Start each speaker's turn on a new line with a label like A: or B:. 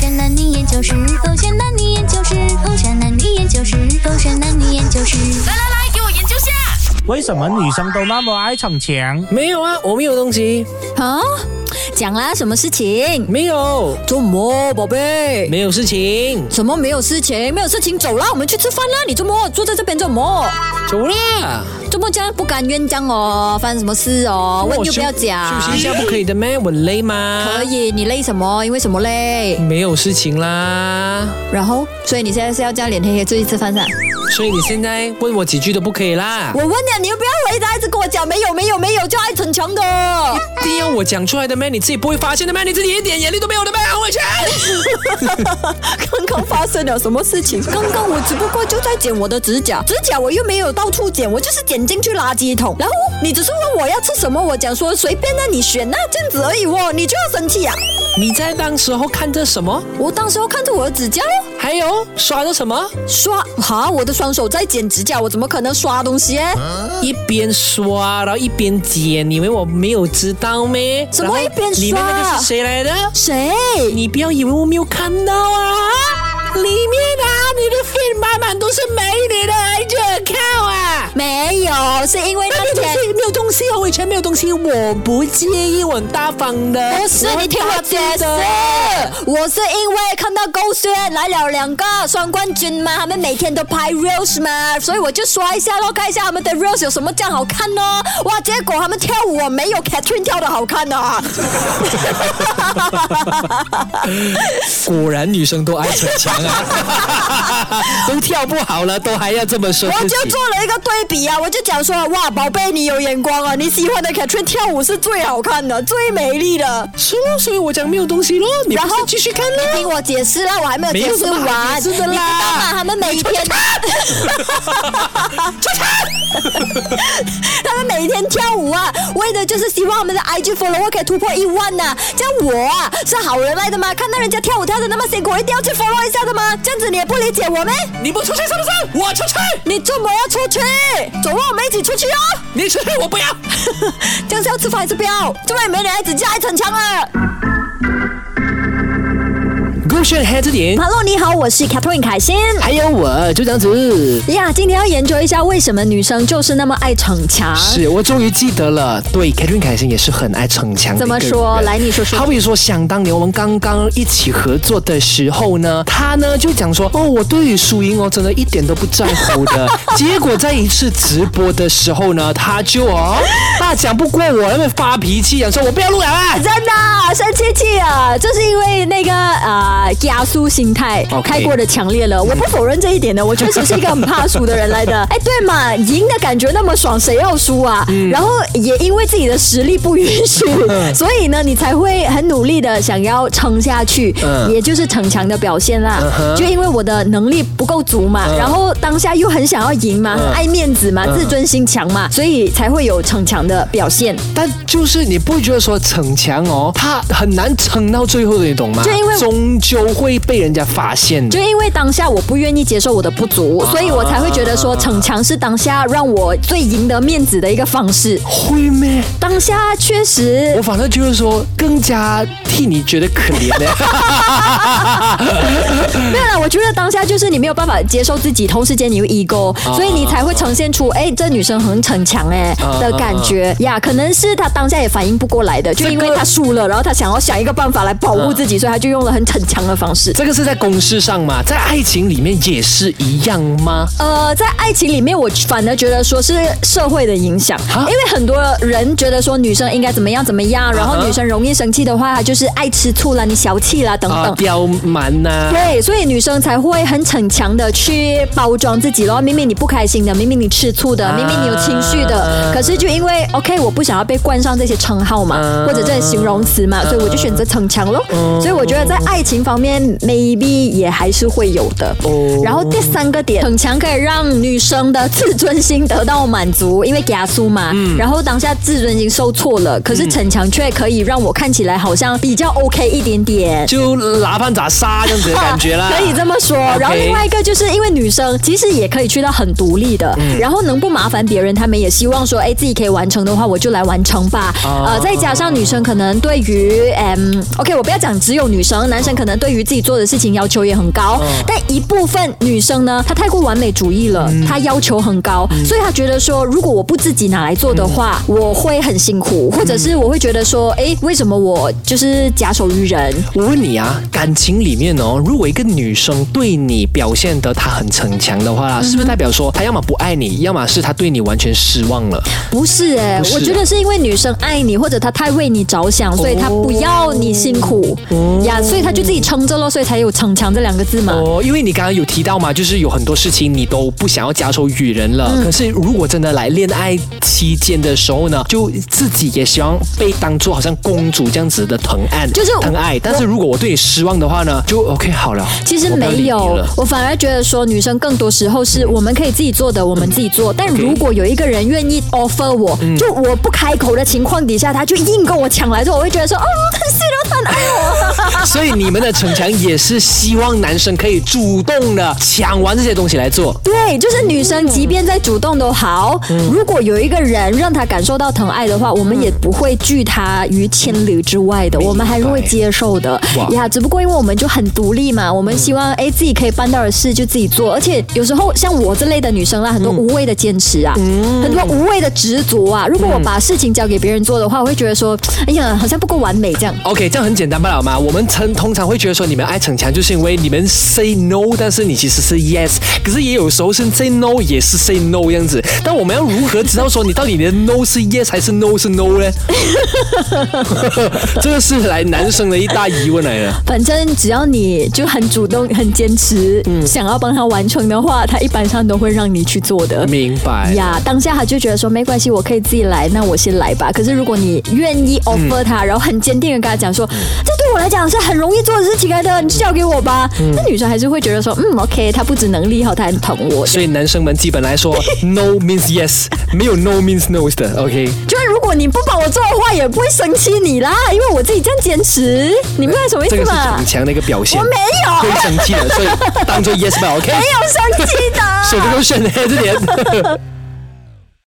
A: 山男女研究室，风扇男女研究室，风扇男女研究室，风扇男女研究室。
B: 来来来，给我研究下。
C: 为什么女生都那么爱逞强？
D: 没有啊，我没有东西，
E: 啊，讲啦，什么事情？
D: 没有，
E: 做么，宝贝？
D: 没有事情，
E: 什么没有事情？没有事情，走啦，我们去吃饭啦。你做么坐在这边做么？
D: 走啦。
E: 做么这样不敢冤僵哦？发生什么事哦？问就不要讲
D: 休。息一下不可以的咩？我累吗？
E: 可以，你累什么？因为什么累？
D: 没有事情啦，
E: 然后，所以你现在是要这样脸黑黑出去吃饭噻？
D: 所以你现在问我几句都不可以啦
E: 我。问你，你又不要回答，一直跟我讲没有没有没有，就爱逞强的。
D: 一定要我讲出来的咩？你自己不会发现的咩？你自己一点眼力都没有的咩？黄伟全，
E: 刚刚发生了什么事情？刚刚我只不过就在剪我的指甲，指甲我又没有到处剪，我就是剪进去垃圾桶。然后你只是问我要吃什么，我讲说随便啊，你选啊，这样子而已哦，你就要生气啊？
D: 你在当时候看着什么？
E: 我当时候看着我的指甲咯，
D: 还有刷着什么？
E: 刷哈，我的双手在剪指甲，我怎么可能刷东西？
D: 一边刷，然后一边剪，你以为我没有知道咩？
E: 什
D: 然
E: 么
D: 后
E: 一边刷
D: 里面那个是谁来的？
E: 谁？
D: 你不要以为我没有看到啊！里面啊，你的 feed 满满都是美女的 IG account 啊！
E: 没有，是因为那
D: 没有东
E: 天。
D: 西，没有东西，我以前没有东西，我啊不介意，我很大方的。
E: 不是，你听我解释，我是因为看到勾选来了两个双冠军嘛，他们每天都拍 reels 嘛，所以我就刷一下咯，看一下他们的 reels 有什么这样好看咯。哇，结果他们跳舞哦没有 Catherine 跳的好看啊呐、
D: 果然女生都爱逞强啊，都跳不好了，都还要这么说
E: 我就做了一个对比啊，我就讲说，哇，宝贝，你有眼光啊，你喜欢的 Catherine 跳舞是最好看的，最美丽的。
D: 是咯， 所以我讲没有东西咯，你
E: 然
D: 不
E: 后
D: 是继续看咯。
E: 你听我解释啦，我还没有
D: 没有
E: 解释
D: 什么好
E: 完，
D: 解释的啦
E: 你知道吗？他们每 一天， 他们每一天跳舞啊，为的就是希望他们的 IG follower 可以突破一万呐、这样我啊是好人来的吗？看到人家跳舞跳的那么辛苦，一定要去 follow 一下的吗？这样子你也不理解我们？
D: 你不出去是不是？我出去，
E: 你做么要出去？走啊，我们一起出去哦！
D: 你出去我不要。
E: 这样是要吃饭还是不要？这位美女孩子家还逞强啊了。
D: 勾选黑着点，
E: Hello，你好，我是 Catherine 凯欣。
D: 还有我就这样子。
E: 呀，今天要研究一下为什么女生就是那么爱逞强。
D: 是我终于记得了，对，Catherine 凯欣也是很爱逞强的
E: 怎么
D: 一个
E: 说？
D: 人
E: 来，你说说
D: 好。比说，想当年我们刚刚一起合作的时候呢，他呢就讲说，哦，我对于输赢哦，真的一点都不在乎的。 结果在一次直播的时候呢，他就哦，大讲不过我，那边发脾气，讲说我不要录了啊。
E: 真的啊生气气啊！这是因为那个呃压输心态
D: OK
E: 太过的强烈了，我不否认这一点的，我确实是一个很怕输的 人来的。哎，对嘛，赢的感觉那么爽，谁要输啊？
D: 嗯
E: 然后也因为自己的实力不允 许，所以呢，你才会很努力的想要撑下去，
D: 嗯
E: 也就是逞强的表现啦。
D: 哼
E: 就因为我的能力不够足嘛，然后当下又很想要赢嘛，
D: 嗯
E: 爱面子嘛，自尊心强嘛，所以才会有逞强的表现。
D: 但就是你不觉得说逞强哦，他很难撑到最后的，你懂吗？
E: 就因为
D: 终究会被人家发现的
E: 就。因为当下我不愿意接受我的不足，所以我才会觉得说逞强是当下让我最赢得面子的一个方式。
D: 会咩？
E: 当下确
D: 我
E: 实，
D: 反正就是说，更加替你觉得可怜呢。
E: 没有啦，我觉得当下就是你没有办法接受自己，同时间你又 ego，所以你才会呈现出哎这女生很逞强哎
D: 啊
E: 的感觉呀。可能是她当下也反应不过来的，就因为她输了，然后她想要想一个办法来保护自己，所以她就用了很逞强的方式。
D: 这个是在公事上嘛，在爱情里面也是一样吗？
E: 呃，在爱情里面，我反而觉得说是社会的影响，
D: 哈
E: 因为很多人觉得说女生应该怎么样怎么样，然
D: 啊
E: 后
D: 哈
E: 女生容易生气的话，她就是爱吃醋啦，你小气啦等
D: 啊
E: 等，。
D: 刁蛮啊呐、
E: 对，所以女生才会很逞强的去包装自己咯。明明你不开心的，明明你吃醋
D: 啊
E: 的，明明你有情绪的，可是就因为 OK，我不想要被冠上这些称号嘛，
D: 啊哦
E: 或者这些形容词嘛，所以我就选择逞强咯。所以我觉得在爱情方面，maybe 也还是会有的。
D: 哦
E: 然后第三个点，逞强可以让女生的自尊心得到满足，因为
D: 嗯
E: 给她输嘛。然后当下自尊心受挫了，可是逞强却可以让我看起来好像比比较 OK 一点点。
D: 就拉盘咋杀这样子的感觉啦。
E: 可以这么说。然后另外一个就是因为女生其实也可以去到很独立的，
D: 嗯
E: 然后能不麻烦别人，她们也希望说，哎，自己可以完成的话，我就来完成吧。
D: 啊
E: 呃，再加上女生可能对于，嗯，OK，我不要讲只有女生，男生可能对于自己做的事情要求也很
D: 啊
E: 高，但一部分女生呢，她太过完美主义
D: 嗯
E: 了，她要求很高，所以她觉得说，如果我不自己拿来做的话，
D: 嗯
E: 我会很辛苦，或者是我会觉得说，哎，为什么我就是假手于人？
D: 我问你啊，感情里面哦，如果一个女生对你表现得她很逞强的话啦，是不是代表说她要么不爱你，要么是她对你完全失望了？
E: 不是哎、
D: 不是啊哦
E: 我觉得是因为女生爱你，或者她太为你着想，所以她不要你辛苦呀，所以她就自己撑着咯，所以才有逞强这两个字嘛。
D: 哦，因为你刚刚有提到嘛，就是有很多事情你都不想要假手于人了。
E: 嗯
D: 可是如果真的来恋爱期间的时候呢，就自己也希望被当做好像公主这样子的疼爱，
E: 就是
D: 疼爱。但是如果我对你失望的话呢，就 OK 好了。
E: 其实
D: 我不要理
E: 没
D: 你
E: 有
D: 了，
E: 我反而觉得说女生更多时候是我们可以自己做的，我们自己做。但如果有一个人愿意 offer 我，
D: 嗯
E: 就我不开口的情况底下，他就硬跟我抢来之后，我会觉得说，哦，可惜了，他很爱我。
D: 所以你们的逞强也是希望男生可以主动的抢完这些东西来做。
E: 对，就是女生，即便在主动都好，如果有一个人让她感受到疼爱的话，我们也不会拒她于千里之外的，我们还是会接受的
D: 哇
E: 呀。只不过因为我们就很独立嘛，我们希望哎自己可以办到的事就自己做，而且有时候像我这类的女生啦，很多无谓的坚持啊，很多无谓的执着啊。如果我把事情交给别人做的话，我会觉得说，哎呀，好像不够完美这样。
D: OK，这样很简单罢了嘛。我们通通常会觉得说，你们爱逞强，就是因为你们 say no，但是你其实是 yes。可是也有时候是 say no，也是 say no 这样子。但我们要如何知道说你到底你的 no 是 yes 还是 no 是 no 呢？ 这个是来男生的一大疑问来了。
E: 反正只要你就很主动、很坚持，想要帮他完成的话，他一般上都会让你去做的。
D: 明白。
E: 呀，当下他就觉得说没关系，我可以自己来，那我先来吧。可是如果你愿意 offer 他，然后很坚定的跟他讲说，这对我来讲是很容易做的事情来的，你就交给我吧。那女生还是会觉得说，嗯，OK，他不止能力好，他还疼我。
D: 所以男生们基本来 说，no means yes，没有 no means no 的。OK。
E: 就是如果你不帮我做的话，也不会生气你啦，因为我自己这样坚持，你明白什么意
D: 这
E: 思
D: 个是
E: 吗
D: 逞？强的一个表现。
E: 我没有啊
D: 会生气的，所以当做 yes 吧，OK。
E: 啊没有生气的。
D: 手都都选黑着脸。